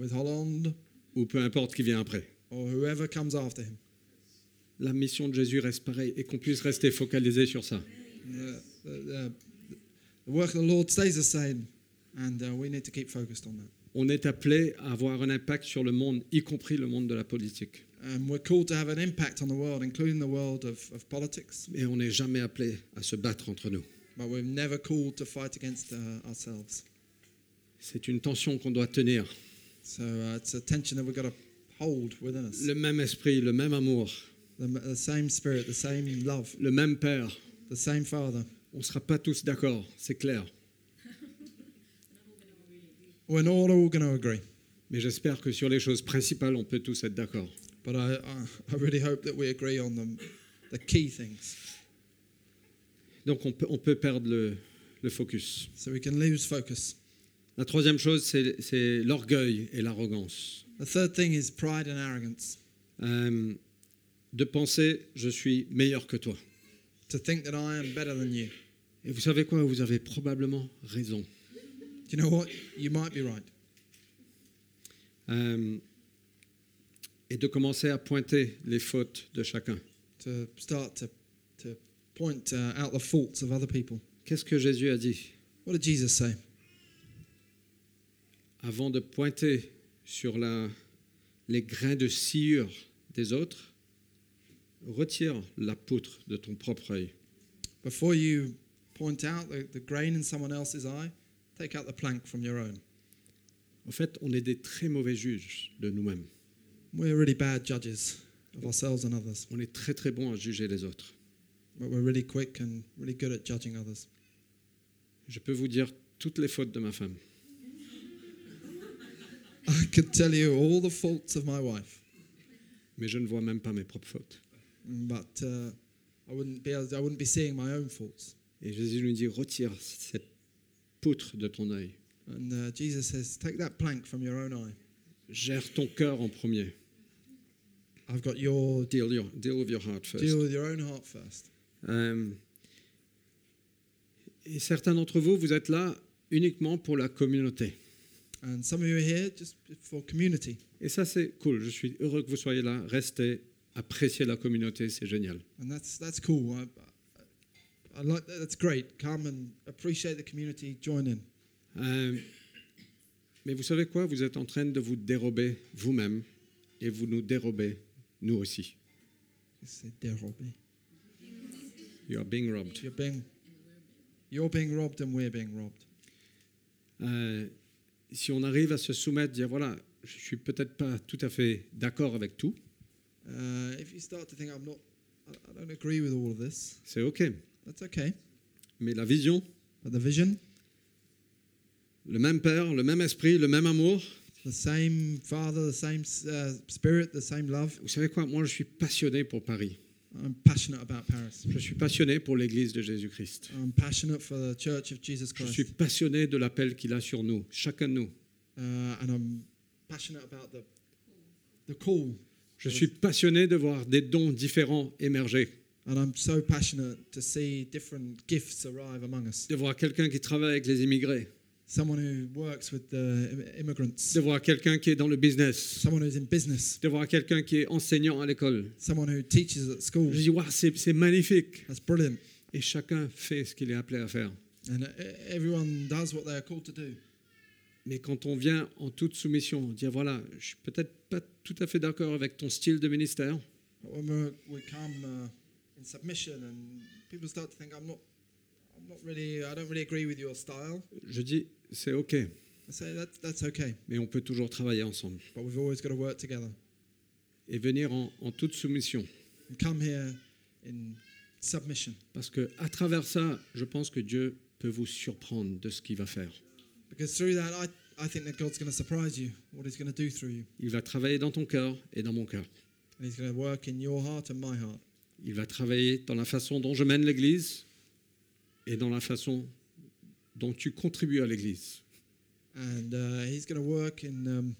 Speaker 2: with Holland
Speaker 1: ou peu importe qui vient après.
Speaker 2: or whoever comes after him.
Speaker 1: La mission de Jésus reste pareille et qu'on puisse rester focalisé sur ça.
Speaker 2: The, the, the- Uh, the work of the Lord stays the same, and uh, we need to keep focused on that.
Speaker 1: On est appelé à avoir un impact sur le monde, y compris le monde de la politique.
Speaker 2: And Um, we're called to have an impact on the world, including the world of, of politics,
Speaker 1: Mais on n'est jamais appelé à se battre entre nous.
Speaker 2: but we're never called to fight against uh, ourselves.
Speaker 1: C'est une tension qu'on doit tenir.
Speaker 2: So uh, it's a tension that we've got to hold within us.
Speaker 1: Le même esprit, le même amour,
Speaker 2: the, the same Spirit, the same love,
Speaker 1: le même Père.
Speaker 2: the same Father.
Speaker 1: On ne sera pas tous d'accord, c'est clair.
Speaker 2: We're not all going to agree,
Speaker 1: Mais j'espère que sur les choses principales, on peut tous être d'accord.
Speaker 2: but I, I, I really hope that we agree on the, the key things
Speaker 1: Donc on peut, on peut perdre le, le focus.
Speaker 2: so we can lose focus.
Speaker 1: La troisième chose, c'est c'est l'orgueil et l'arrogance.
Speaker 2: The third thing is pride and arrogance
Speaker 1: Euh, de penser, je suis meilleur que toi.
Speaker 2: to think that I am better than you.
Speaker 1: Et vous savez quoi Vous avez probablement raison.
Speaker 2: Do you know what? You might be right.
Speaker 1: Euh, et de commencer à pointer les fautes de chacun.
Speaker 2: To start to, to point uh, out the faults of other people.
Speaker 1: Qu'est-ce que Jésus a dit
Speaker 2: What did Jesus say?
Speaker 1: Avant de pointer sur la, les grains de sciure des autres, retire la poutre de ton propre œil.
Speaker 2: Before you point out the, the grain in someone else's eye, take out the plank from your own.
Speaker 1: En fait, on est des très mauvais juges de nous-mêmes.
Speaker 2: We're really bad judges of ourselves and others,
Speaker 1: On est très très bons à juger les autres.
Speaker 2: but we're really quick and really good at judging others.
Speaker 1: Je peux vous dire toutes les fautes de ma femme.
Speaker 2: I could tell you all the faults of my wife,
Speaker 1: mais je ne vois même pas mes propres fautes.
Speaker 2: but uh, I wouldn't be able, I wouldn't be seeing my own faults.
Speaker 1: Et Jésus nous dit, retire cette poutre de ton œil.
Speaker 2: And uh, Jesus says, take that plank from your own eye.
Speaker 1: Gère ton cœur en premier.
Speaker 2: I've got your
Speaker 1: Deal, your- deal with your heart first.
Speaker 2: deal with your own heart first.
Speaker 1: Euh, et certains d'entre vous, vous êtes là uniquement pour la communauté.
Speaker 2: And some of you are here just for community,
Speaker 1: Et ça, c'est cool. Je suis heureux que vous soyez là. Restez, appréciez la communauté, c'est génial.
Speaker 2: and that's that's cool. I, I- I like that. That's great. Come and appreciate the community. Join in.
Speaker 1: Euh, mais vous savez quoi Vous êtes en train de vous dérober vous-même et vous nous dérobez, nous aussi.
Speaker 2: It's a dear hobby.
Speaker 1: You are being robbed.
Speaker 2: You're being, you're being robbed, and we're being robbed.
Speaker 1: Euh, si on arrive à se soumettre, dire voilà, je suis peut-être pas tout à fait d'accord avec tout,
Speaker 2: Uh, if you start to think I'm not, I, I don't agree with all of this.
Speaker 1: c'est ok.
Speaker 2: That's okay.
Speaker 1: Mais la vision,
Speaker 2: But the vision,
Speaker 1: le même Père, le même esprit, le même amour.
Speaker 2: the same Father, the same uh, Spirit, the same love.
Speaker 1: Vous savez quoi Moi, je suis passionné pour Paris.
Speaker 2: I'm passionate about Paris.
Speaker 1: Je suis passionné pour l'Église de Jésus-Christ.
Speaker 2: I'm passionate for the Church of Jesus
Speaker 1: Je
Speaker 2: Christ.
Speaker 1: suis passionné de l'appel qu'il a sur nous, chacun de nous.
Speaker 2: uh, and I'm passionate about the the call.
Speaker 1: Je suis passionné de voir des dons différents émerger,
Speaker 2: And I'm so passionate to see different gifts arrive among us.
Speaker 1: de voir quelqu'un qui travaille avec les immigrés,
Speaker 2: Someone who works with the im- immigrants,
Speaker 1: de voir quelqu'un qui est dans le business,
Speaker 2: someone who's in business,
Speaker 1: de voir quelqu'un qui est enseignant à l'école.
Speaker 2: someone who teaches at school.
Speaker 1: Je dis, waouh, c'est c'est magnifique.
Speaker 2: That's brilliant.
Speaker 1: Et chacun fait ce qu'il est appelé à faire.
Speaker 2: And uh, everyone does what they are called to do.
Speaker 1: Mais quand on vient en toute soumission, dire voilà, je suis peut-être pas tout à fait d'accord avec ton style de ministère,
Speaker 2: But when we're, we come uh, in submission, and people start to think, "I'm not, I'm not really, I don't really agree with your style,"
Speaker 1: je dis c'est ok,
Speaker 2: I say that's that's okay.
Speaker 1: mais on peut toujours travailler ensemble
Speaker 2: But we've always got to work together.
Speaker 1: et venir en, en toute soumission.
Speaker 2: And come here in submission.
Speaker 1: Parce que à travers ça, je pense que Dieu peut vous surprendre de ce qu'il va faire.
Speaker 2: Because through that, I, I think that God's going to surprise you, what He's going to do through you.
Speaker 1: Il va travailler dans ton cœur et dans mon cœur.
Speaker 2: And He's going to work in your heart and my heart.
Speaker 1: Il va travailler dans la façon dont je mène l'Église et dans la façon dont tu contribues à l'Église.
Speaker 2: And uh, He's going to work in um,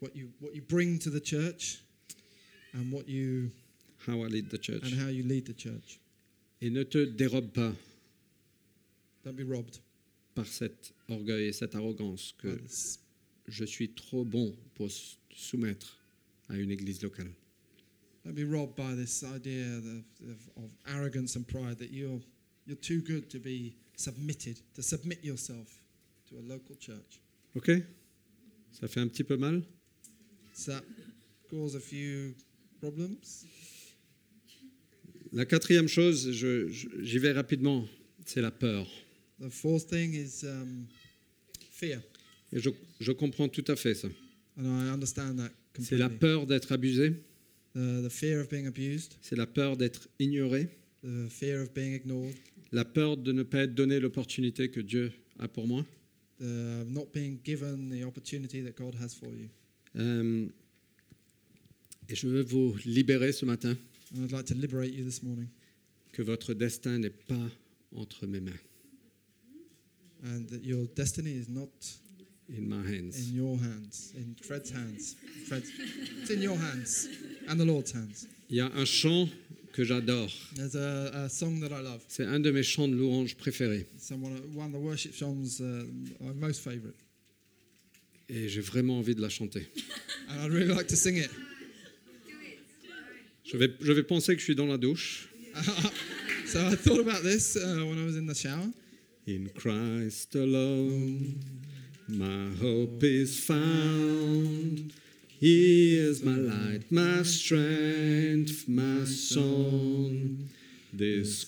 Speaker 2: what, you, what you bring to the church and what you
Speaker 1: How I lead the church.
Speaker 2: and how you lead the church.
Speaker 1: Et ne te dérobe pas
Speaker 2: Don't be robbed
Speaker 1: par cet orgueil et cette arrogance
Speaker 2: by
Speaker 1: que
Speaker 2: this,
Speaker 1: je suis trop bon pour s- soumettre à une église locale.
Speaker 2: don't be robbed by this idea of, of, of arrogance and pride that you're, you're too good to be submitted, to submit yourself to a local church.
Speaker 1: Ok Ça fait un petit peu mal
Speaker 2: Does that cause a few problems?
Speaker 1: La quatrième chose, je- je- j'y vais rapidement, c'est la peur.
Speaker 2: The fourth thing is um, fear,
Speaker 1: Et je, je comprends tout à fait ça.
Speaker 2: and I understand that
Speaker 1: C'est la
Speaker 2: completely.
Speaker 1: peur d'être abusé,
Speaker 2: the, the fear of being abused,
Speaker 1: C'est la peur d'être ignoré,
Speaker 2: the fear of being ignored,
Speaker 1: la peur de ne pas être donné l'opportunité que Dieu a pour moi.
Speaker 2: the um, not being given the opportunity that God has for you.
Speaker 1: Euh, et je veux vous libérer ce matin
Speaker 2: And I'd like to liberate you this morning,
Speaker 1: que votre destin n'est pas entre mes mains,
Speaker 2: and that your destiny is not
Speaker 1: in my hands.
Speaker 2: in your hands, in Fred's hands. Fred, it's in your hands and the Lord's hands.
Speaker 1: Il y a un chant que j'adore.
Speaker 2: There's a, a song that I love.
Speaker 1: C'est un de mes chants de louange préférés.
Speaker 2: It's one of, one of the worship songs uh, my most favourite,
Speaker 1: Et j'ai vraiment envie de la chanter.
Speaker 2: and I'd really like to sing it.
Speaker 1: Je vais, je vais penser que je suis dans la douche.
Speaker 2: so I thought about this uh, when I was in the shower.
Speaker 1: In Christ alone, my hope is found. He is my light, my strength, my song. This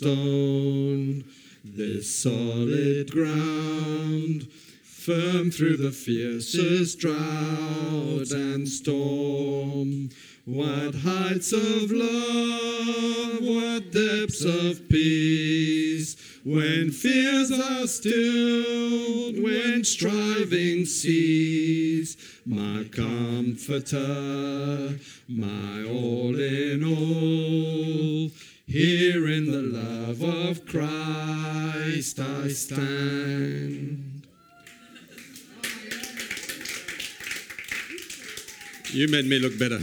Speaker 1: cornerstone, this solid ground, firm through the fiercest drought and storm. What heights of love, what depths of peace, when fears are stilled, when striving cease, my comforter, my all in all. Here in the love of Christ I stand. You made me look better.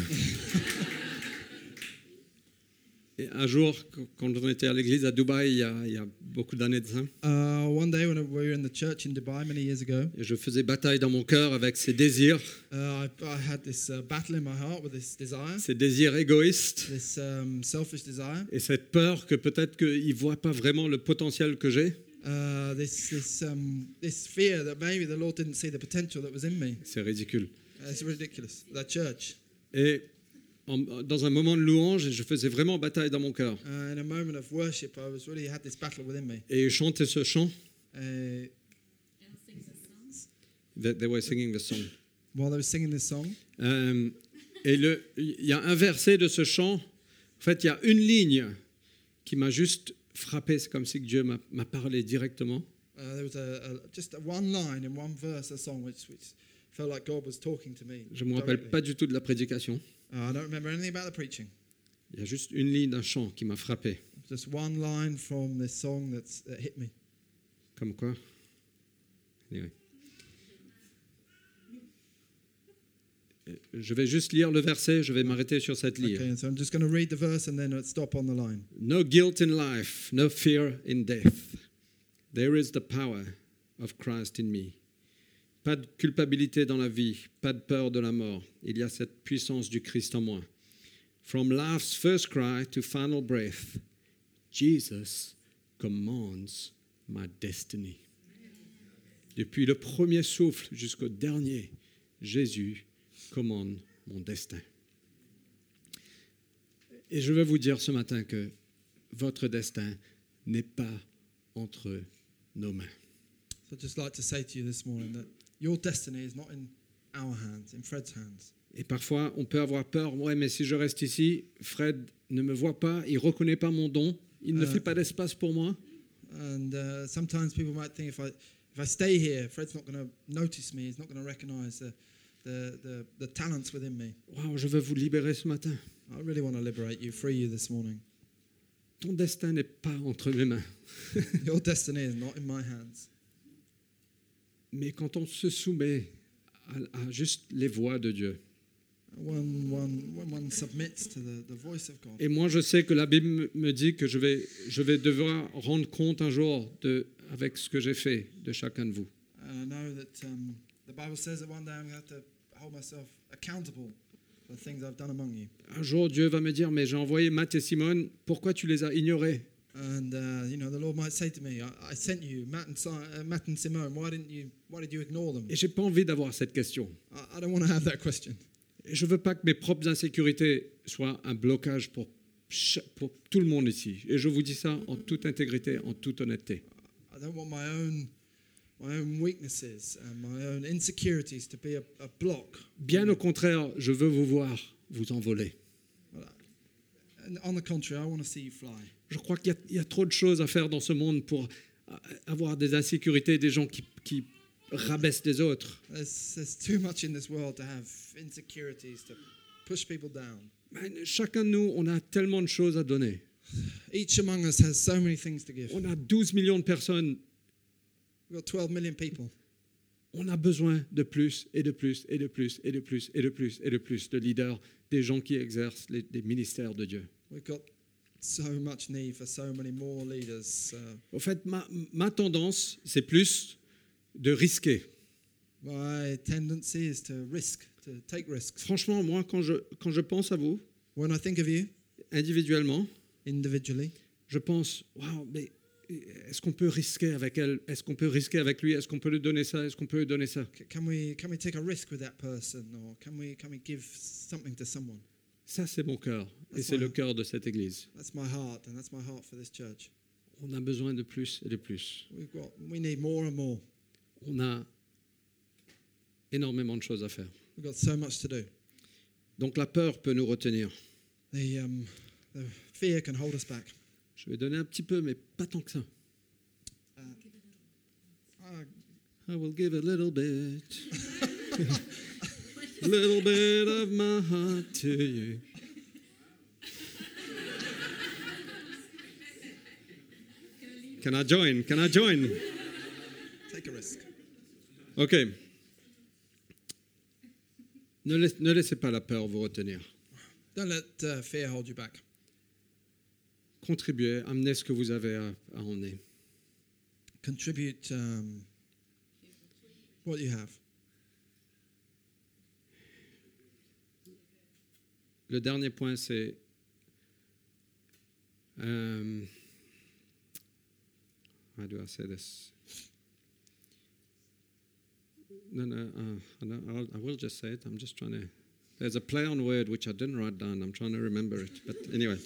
Speaker 1: Et un jour, qu- quand on était à l'église à Dubaï, il y a, il y a beaucoup d'années de ça,
Speaker 2: Uh, one day when we were in the church in Dubai many years ago,
Speaker 1: et je faisais bataille dans mon cœur avec ces désirs,
Speaker 2: uh, I, I had this uh, battle in my heart with this desire,
Speaker 1: ces désirs égoïstes,
Speaker 2: this um, selfish desire,
Speaker 1: et cette peur que peut-être qu'ils ne voient pas vraiment le potentiel que j'ai.
Speaker 2: uh, this this um, this fear that maybe the Lord didn't see the potential that was in me.
Speaker 1: C'est ridicule.
Speaker 2: Uh, it's ridiculous. That church.
Speaker 1: Et en- dans un moment de louange, je faisais vraiment bataille dans mon cœur.
Speaker 2: Uh, in a moment of worship, I was really had this battle within me.
Speaker 1: Et ils chantaient ce chant.
Speaker 2: Uh,
Speaker 1: They they were singing the song.
Speaker 2: while I was singing this song,
Speaker 1: Euh, et le- il y a un verset de ce chant. En fait, il y a une ligne qui m'a juste frappé. C'est comme si que Dieu m'a m'a parlé directement.
Speaker 2: uh, there was a, a just one line in one verse, a song which which felt like God was talking to me.
Speaker 1: Je ne me rappelle
Speaker 2: directly.
Speaker 1: pas du tout de la prédication.
Speaker 2: Uh, I don't remember anything about the preaching.
Speaker 1: Il y a juste une ligne d'un chant qui m'a frappé.
Speaker 2: Just one line from this song that's, that hit me.
Speaker 1: Comme quoi Anyway. Euh, Je vais juste lire le verset, je vais m'arrêter sur cette ligne.
Speaker 2: Okay, and so I'm just going to read the verse and then I'll stop on the line.
Speaker 1: No guilt in life, no fear in death. There is the power of Christ in me. Pas de culpabilité dans la vie, pas de peur de la mort. Il y a cette puissance du Christ en moi. From life's first cry to final breath, Jesus commands my destiny. Depuis le premier souffle jusqu'au dernier, Jésus commande mon destin. Et je veux vous dire ce matin que votre destin n'est pas entre nos mains.
Speaker 2: So I'd just like to say to you this morning that your destiny is not in our hands, in Fred's hands.
Speaker 1: Et parfois, on peut avoir peur, ouais, mais si je reste ici, Fred ne me voit pas, il ne reconnaît pas mon don, il ne
Speaker 2: Euh.
Speaker 1: fait pas d'espace pour moi.
Speaker 2: And uh, sometimes people might think if I, if I stay here, Fred's not going to notice me, he's not going to recognize the, the, the, the talents within me.
Speaker 1: Waouh, je veux vous libérer ce matin.
Speaker 2: I really want to liberate you, free you this morning.
Speaker 1: Ton destin n'est pas entre mes mains.
Speaker 2: your destiny is not in my hands.
Speaker 1: Mais quand on se soumet à, à juste les voix de Dieu,
Speaker 2: When one, when one submits to the, the voice of God.
Speaker 1: et moi je sais que la Bible me- me dit que je vais, je vais devoir rendre compte un jour de, avec ce que j'ai fait de chacun de vous.
Speaker 2: And I know that um, the Bible says that one day I'm going to have to hold myself accountable for the things I've done among you.
Speaker 1: Un jour, Dieu va me dire, mais j'ai envoyé Matt et Simone, pourquoi tu les as ignorés
Speaker 2: And uh, you know, the Lord might say to me, "I, I sent you, Matt and, si- uh, Matt and Simone. Why didn't you? Why did you ignore them?"
Speaker 1: Et j'ai pas envie d'avoir cette question.
Speaker 2: I, I don't want to have that question.
Speaker 1: Et je veux pas que mes propres insécurités soient un blocage pour, ch- pour tout le monde ici. Et je vous dis ça en toute intégrité, en toute honnêteté.
Speaker 2: I don't want my own, my own weaknesses and my own insecurities to be a, a block.
Speaker 1: Bien au contraire, je veux vous voir vous envoler.
Speaker 2: And on the contrary, I want to see you fly.
Speaker 1: Je crois qu'il y a- il y, a trop de choses à faire dans ce monde pour euh, avoir des insécurités, des gens qui, qui rabaissent les autres.
Speaker 2: There's, there's too much in this world to have insecurities to push people down.
Speaker 1: Mais chacun de nous, on a tellement de choses à donner.
Speaker 2: Each among us has so many things to give.
Speaker 1: On a 12 millions de personnes.
Speaker 2: We've got 12 million people.
Speaker 1: On a besoin de plus et de plus et de plus et de plus et de plus et de plus de leaders, des gens qui exercent les, les ministères de Dieu.
Speaker 2: We've got so much need for so many more leaders. Uh,
Speaker 1: Au fait, ma, ma tendance, c'est plus de risquer.
Speaker 2: my tendency is to risk, to take risks.
Speaker 1: Franchement, moi, quand je, quand je pense à vous,
Speaker 2: When I think of you
Speaker 1: individuellement,
Speaker 2: individually,
Speaker 1: je pense, waouh, mais est-ce qu'on peut risquer avec elle Est-ce qu'on peut risquer avec lui Est-ce qu'on peut lui donner ça Est-ce qu'on peut lui donner ça
Speaker 2: c- can we can we take a risk with that person, or can we can we give something to someone?
Speaker 1: Ça, c'est mon cœur. Et
Speaker 2: Ouais.
Speaker 1: c'est le cœur de cette Église.
Speaker 2: That's my heart, and that's my heart for this church.
Speaker 1: On a besoin de plus et de plus.
Speaker 2: We've got we need more and more.
Speaker 1: On a énormément de choses à faire.
Speaker 2: We've got so much to do.
Speaker 1: Donc la peur peut nous retenir.
Speaker 2: The um, the fear can hold us back.
Speaker 1: Je vais donner un petit peu, mais pas tant que ça.
Speaker 2: Uh,
Speaker 1: I will give a little bit. little bit of my heart to you. Can I join? Can I join?
Speaker 2: take a risk.
Speaker 1: Ok. Ne, lais- ne laissez pas la peur vous retenir.
Speaker 2: Don't let uh, fear hold you back.
Speaker 1: Contribuez, amenez ce que vous avez à, à emmener.
Speaker 2: Contribute um, what you have.
Speaker 1: Le dernier point, c'est euh, how do I say this? No, no, uh, I don't- I'll, I will just say it. I'm just trying to. There's a play on word which I didn't write down. I'm trying to remember it. But anyway,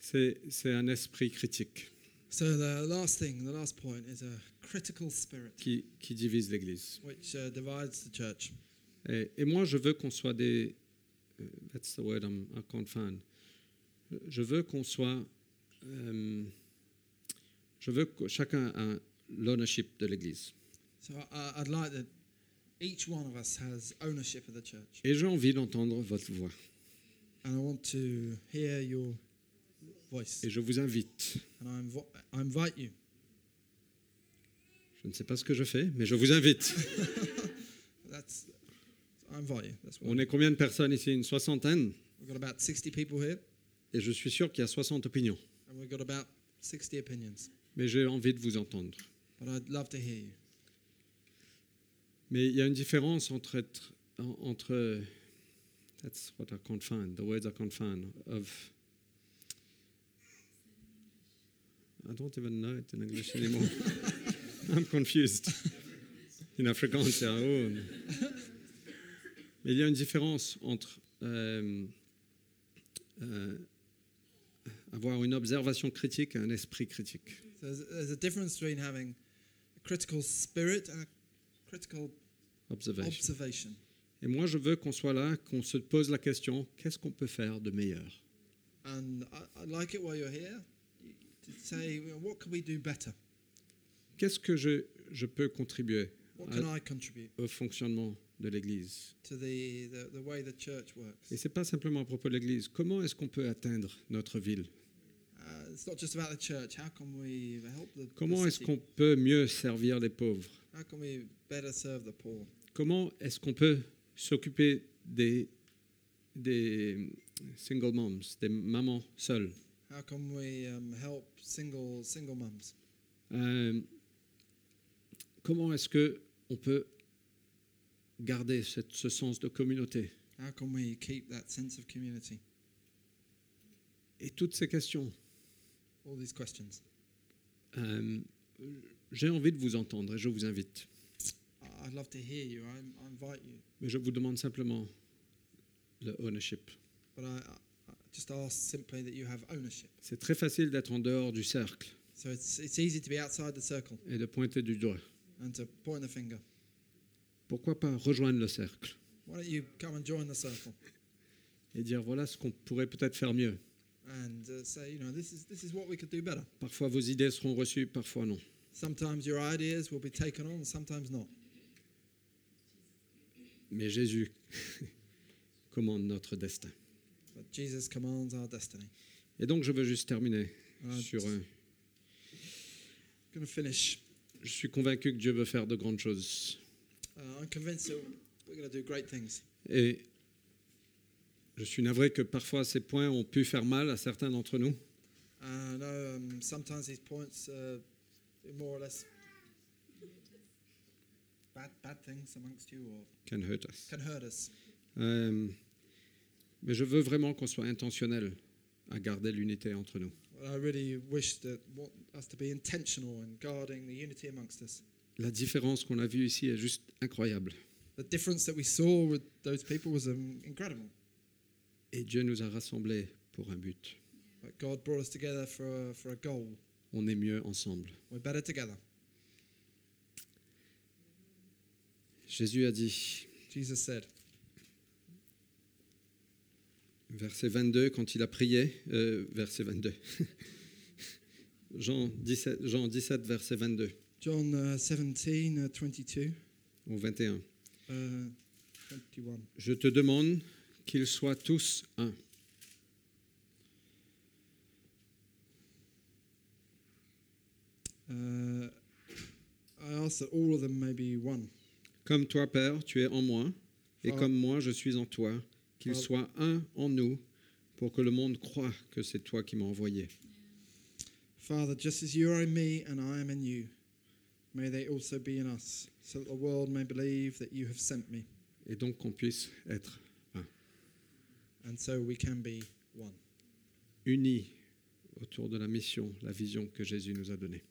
Speaker 1: c'est c'est un esprit critique
Speaker 2: So the last thing, the last point, is a critical spirit
Speaker 1: qui, qui divise l'Église.
Speaker 2: which uh, divides the church.
Speaker 1: Eh, Et, et moi, je veux qu'on soit des. euh, That's the word I'm, I can't find. Je veux qu'on soit. euh, je veux que chacun a l'ownership de l'Église.
Speaker 2: So I, I'd like that each one of us has ownership of the church,
Speaker 1: Et j'ai envie d'entendre votre voix.
Speaker 2: and I want to hear your voice,
Speaker 1: Et je vous invite.
Speaker 2: and I, invo- I invite you.
Speaker 1: Je ne sais pas ce que je fais, mais je vous invite.
Speaker 2: That's I invite you. That's what
Speaker 1: On est combien de personnes ici Une soixantaine.
Speaker 2: we've got about 60 people here,
Speaker 1: Et je suis sûr qu'il y a 60 opinions.
Speaker 2: and we've got about 60 opinions.
Speaker 1: Mais j'ai envie de vous entendre.
Speaker 2: But I'd love to hear you.
Speaker 1: Mais il y a une différence entre être en- entre that's what I can't find, the words I can't find of I don't even know it in English anymore. I'm confused. In Afrikaans, yeah, oh. Mais il y a une différence entre euh, euh, avoir une observation critique et un esprit critique.
Speaker 2: So there's, there's a difference between having a critical spirit and a critical
Speaker 1: Observation.
Speaker 2: observation.
Speaker 1: Et moi, je veux qu'on soit là, qu'on se pose la question qu'est-ce qu'on peut faire de meilleur
Speaker 2: And I, I like it while you're here to say, well, what can we do better?
Speaker 1: Qu'est-ce que je, je peux contribuer
Speaker 2: What can I contribute
Speaker 1: au fonctionnement de l'Église
Speaker 2: to the, the, the way the church works?
Speaker 1: Et c'est pas simplement à propos de l'Église. Comment est-ce qu'on peut atteindre notre ville
Speaker 2: Uh, it's not just about the church. How can we help the, the
Speaker 1: Comment est-ce
Speaker 2: city?
Speaker 1: qu'on peut mieux servir les pauvres
Speaker 2: How can we better serve the poor?
Speaker 1: Comment est-ce qu'on peut s'occuper des, des single moms, des mamans seules
Speaker 2: How can we um, help single single mums?
Speaker 1: Euh, Comment est-ce que on peut garder cette- ce sens de communauté
Speaker 2: How can we keep that sense of community?
Speaker 1: Et toutes ces questions,
Speaker 2: All these questions.
Speaker 1: euh, j'ai envie de vous entendre et je vous invite.
Speaker 2: I- I'd love to hear you. I, I invite you.
Speaker 1: Mais je vous demande simplement le ownership.
Speaker 2: But I, I I just ask simply that you have ownership.
Speaker 1: C'est très facile d'être en dehors du cercle
Speaker 2: So it's, it's easy to be outside the circle
Speaker 1: et de pointer du doigt.
Speaker 2: and to point the finger.
Speaker 1: Pourquoi pas rejoindre le cercle
Speaker 2: Why don't you come and join the circle?
Speaker 1: et dire voilà ce qu'on pourrait peut-être faire mieux.
Speaker 2: and uh, say, you know, this is, this is what we could do better.
Speaker 1: Parfois vos idées seront reçues, parfois non.
Speaker 2: Sometimes your ideas will be taken on, sometimes not.
Speaker 1: Mais Jésus commande notre destin.
Speaker 2: But Jesus commands our destiny.
Speaker 1: Et donc je veux juste terminer
Speaker 2: Ah,
Speaker 1: sur.
Speaker 2: t-
Speaker 1: un-
Speaker 2: going to finish.
Speaker 1: je suis convaincu que Dieu veut faire de grandes choses.
Speaker 2: Uh, I'm convinced that we're going to do great things.
Speaker 1: Et je suis navré que parfois ces points ont pu faire mal à certains d'entre nous.
Speaker 2: Uh, I know um, sometimes these points uh, do more or less bad, bad things amongst you or
Speaker 1: Can hurt us.
Speaker 2: can hurt us.
Speaker 1: Euh, mais je veux vraiment qu'on soit intentionnel à garder l'unité entre nous.
Speaker 2: Well, I really wish that want us to be intentional in guarding the unity amongst us.
Speaker 1: La différence qu'on a vue ici est juste incroyable.
Speaker 2: The difference that we saw with those people was um, incredible.
Speaker 1: Et Dieu nous a rassemblés pour un but.
Speaker 2: Like God brought us together for a, for a goal.
Speaker 1: On est mieux ensemble.
Speaker 2: We're better together.
Speaker 1: Jésus a dit,
Speaker 2: Jesus said,
Speaker 1: verset 22, quand il a prié, euh, verset 22, Jean 17, Jean 17, verset 22
Speaker 2: John uh, 17, uh, 22,
Speaker 1: au 21,
Speaker 2: uh, 21.
Speaker 1: Je te demande qu'ils soient tous un.
Speaker 2: Uh, I ask that all of them may be one.
Speaker 1: Comme toi, Père, tu es en moi, et
Speaker 2: Father-
Speaker 1: comme moi, je suis en toi, qu'ils
Speaker 2: Father-
Speaker 1: soient un en nous, pour que le monde croie que c'est toi qui m'as envoyé.
Speaker 2: Father, just as you are in me and I am in you, may they also be in us, so that the world may believe that you have sent me,
Speaker 1: Et donc qu'on puisse être
Speaker 2: and so we can be one,
Speaker 1: unis autour de la mission, la vision que Jésus nous a donnée.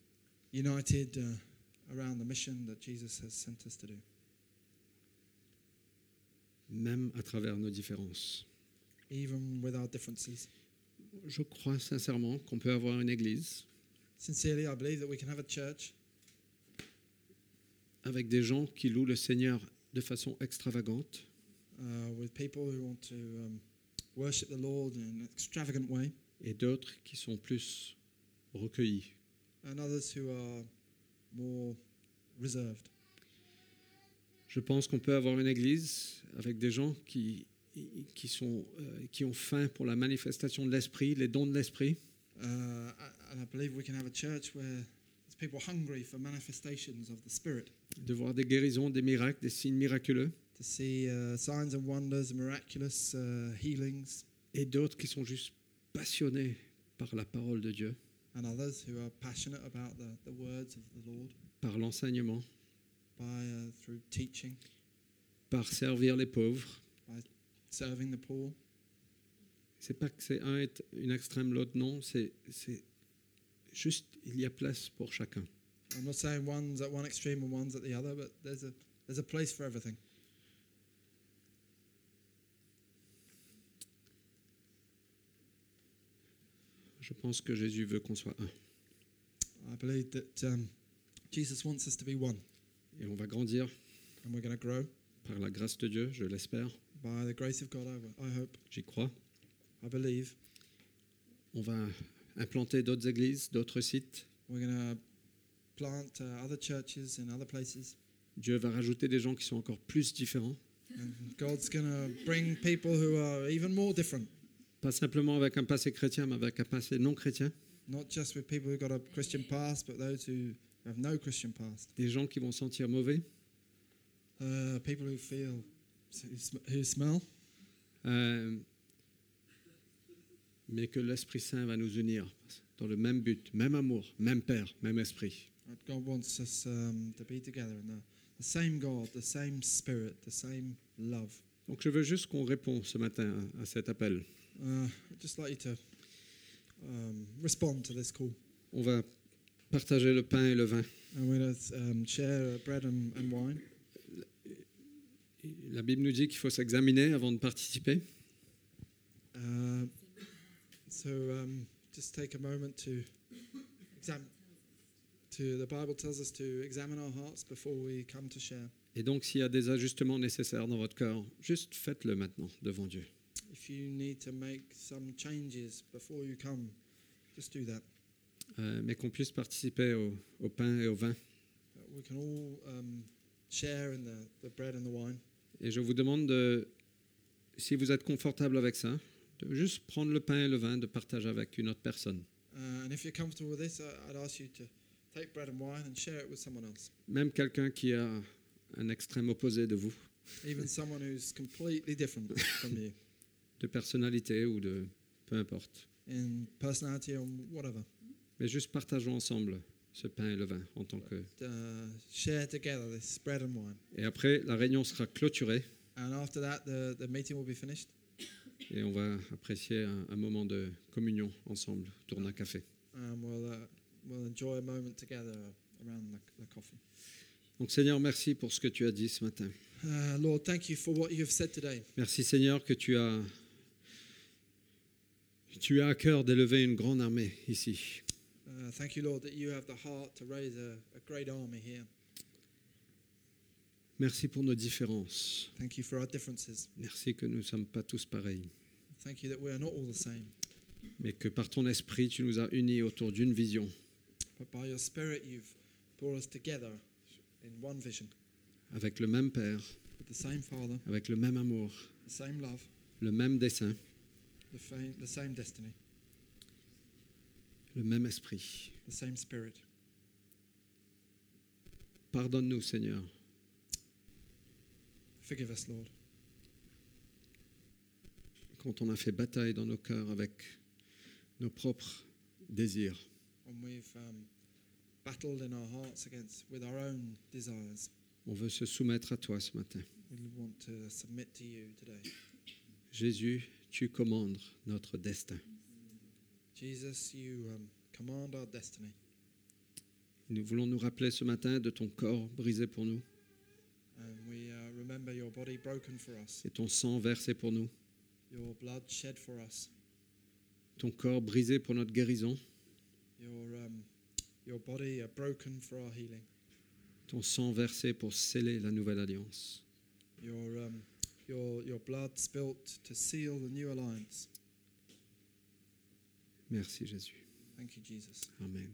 Speaker 2: united uh, around the mission that Jesus has sent us to do,
Speaker 1: même à travers nos différences.
Speaker 2: even with our differences.
Speaker 1: Je crois sincèrement qu'on peut avoir une église
Speaker 2: Sincerely, I believe that we can have a church
Speaker 1: avec des gens qui louent le Seigneur de façon extravagante,
Speaker 2: uh, with people who want to um, worship the Lord in an extravagant way,
Speaker 1: et d'autres qui sont plus recueillis.
Speaker 2: and others who are more reserved.
Speaker 1: Je pense qu'on peut avoir une église avec des gens qui, qui, sont, euh, qui ont faim pour la manifestation de l'Esprit, les dons de l'Esprit,
Speaker 2: Uh, and I believe we can have a church where there's people hungry for manifestations of the Spirit
Speaker 1: de voir des guérisons, des miracles, des signes miraculeux,
Speaker 2: to see uh, signs and wonders, miraculous uh, healings,
Speaker 1: et d'autres qui sont juste passionnés par la parole de Dieu,
Speaker 2: and others who are passionate about the, the words of the Lord
Speaker 1: par l'enseignement,
Speaker 2: by uh, through teaching,
Speaker 1: par servir les pauvres.
Speaker 2: serving the poor.
Speaker 1: C'est pas que c'est un est une extrême, l'autre non. C'est c'est juste, il y a place pour chacun.
Speaker 2: I'm not saying one's at one extreme and one's at the other, but there's a there's a place for everything.
Speaker 1: Je pense que Jésus veut qu'on soit un.
Speaker 2: I believe that um, Jesus wants us to be one,
Speaker 1: Et on va grandir
Speaker 2: and we're going to grow
Speaker 1: par la grâce de Dieu, je l'espère,
Speaker 2: by the grace of God. I, wo- I hope,
Speaker 1: j'y crois.
Speaker 2: I believe.
Speaker 1: On va implanter d'autres églises, d'autres sites.
Speaker 2: We're going to plant uh, other churches in other places.
Speaker 1: Dieu va rajouter des gens qui sont encore plus différents.
Speaker 2: And God's going to bring people who are even more different,
Speaker 1: Pas simplement avec un passé chrétien, mais avec un passé non chrétien.
Speaker 2: not just with people who've got a Christian past, but those who have no Christian past.
Speaker 1: Des gens qui vont sentir mauvais,
Speaker 2: Uh, people who feel, who sm- who smell,
Speaker 1: euh, mais que l'Esprit Saint va nous unir dans le même but, même amour, même Père, même Esprit.
Speaker 2: that God wants us um, to be together in the, the same God, the same Spirit, the same love.
Speaker 1: Donc je veux juste qu'on réponde ce matin à à cet appel.
Speaker 2: Uh, I'd just like you to um, respond to this call.
Speaker 1: On va partager le pain et le vin.
Speaker 2: And we're going to um, share uh, bread and, and wine.
Speaker 1: La Bible nous dit qu'il faut s'examiner avant de participer.
Speaker 2: Uh, so um, just take a moment to examine. To the Bible tells us to examine our hearts before we come to share.
Speaker 1: Et donc s'il y a des ajustements nécessaires dans votre cœur, juste faites-le maintenant devant Dieu.
Speaker 2: If if you need to make some changes before you come, just do that.
Speaker 1: euh, mais qu'on puisse participer au, au pain et au vin.
Speaker 2: Uh, We can all um, share in the, the bread and the wine.
Speaker 1: Et je vous demande, de, si vous êtes confortable avec ça, de juste prendre le pain et le vin, de partager avec une autre personne.
Speaker 2: Uh, and if you're comfortable with this, I- I'd ask you to take bread and wine and share it with someone else,
Speaker 1: Même quelqu'un qui a un extrême opposé de vous,
Speaker 2: even someone who's completely different from you
Speaker 1: de personnalité ou de... peu importe.
Speaker 2: in personality or whatever.
Speaker 1: Mais juste partageons ensemble ce pain et le vin en tant que...
Speaker 2: Uh, share together this bread and wine.
Speaker 1: Et après, la réunion sera clôturée
Speaker 2: And after that, the, the meeting will be finished.
Speaker 1: et on va apprécier un, un moment de communion ensemble, tourne à café.
Speaker 2: and we'll, uh, we'll enjoy a moment together around the, the coffee.
Speaker 1: Donc Seigneur, merci pour ce que tu as dit ce matin.
Speaker 2: Uh, Lord, thank you for what you have said today.
Speaker 1: Merci Seigneur que tu as... Tu as à cœur d'élever une grande armée ici.
Speaker 2: Uh, thank you, Lord, that you have the heart to raise a, a great army here.
Speaker 1: Merci pour nos différences.
Speaker 2: Thank you for our differences.
Speaker 1: Merci que nous ne sommes pas tous pareils,
Speaker 2: Thank you that we are not all the same,
Speaker 1: mais que par ton esprit, tu nous as unis autour d'une vision,
Speaker 2: but by your Spirit, you've brought us together in one vision
Speaker 1: avec le même Père,
Speaker 2: with the same Father,
Speaker 1: avec le même amour,
Speaker 2: the same love,
Speaker 1: le même dessein,
Speaker 2: the, fa- the same destiny,
Speaker 1: le même esprit.
Speaker 2: the same Spirit.
Speaker 1: Pardonne-nous, Seigneur,
Speaker 2: Forgive us, Lord,
Speaker 1: quand on a fait bataille dans nos cœurs avec nos propres désirs,
Speaker 2: when we've um, battled in our hearts against with our own desires.
Speaker 1: on veut se soumettre à toi ce matin.
Speaker 2: We want to submit to you today.
Speaker 1: Jésus, tu commandes notre destin.
Speaker 2: Jesus, you um, command our destiny.
Speaker 1: Nous voulons nous rappeler ce matin de ton corps brisé pour nous
Speaker 2: And we uh, remember your body broken for us,
Speaker 1: et ton sang versé pour nous,
Speaker 2: your blood shed for us,
Speaker 1: ton corps brisé pour notre guérison,
Speaker 2: your, um, your body uh, broken for our healing,
Speaker 1: ton sang versé pour sceller la nouvelle alliance.
Speaker 2: your, um, your, your blood spilt to seal the new alliance.
Speaker 1: Merci Jésus.
Speaker 2: Thank you, Jesus.
Speaker 1: Amen.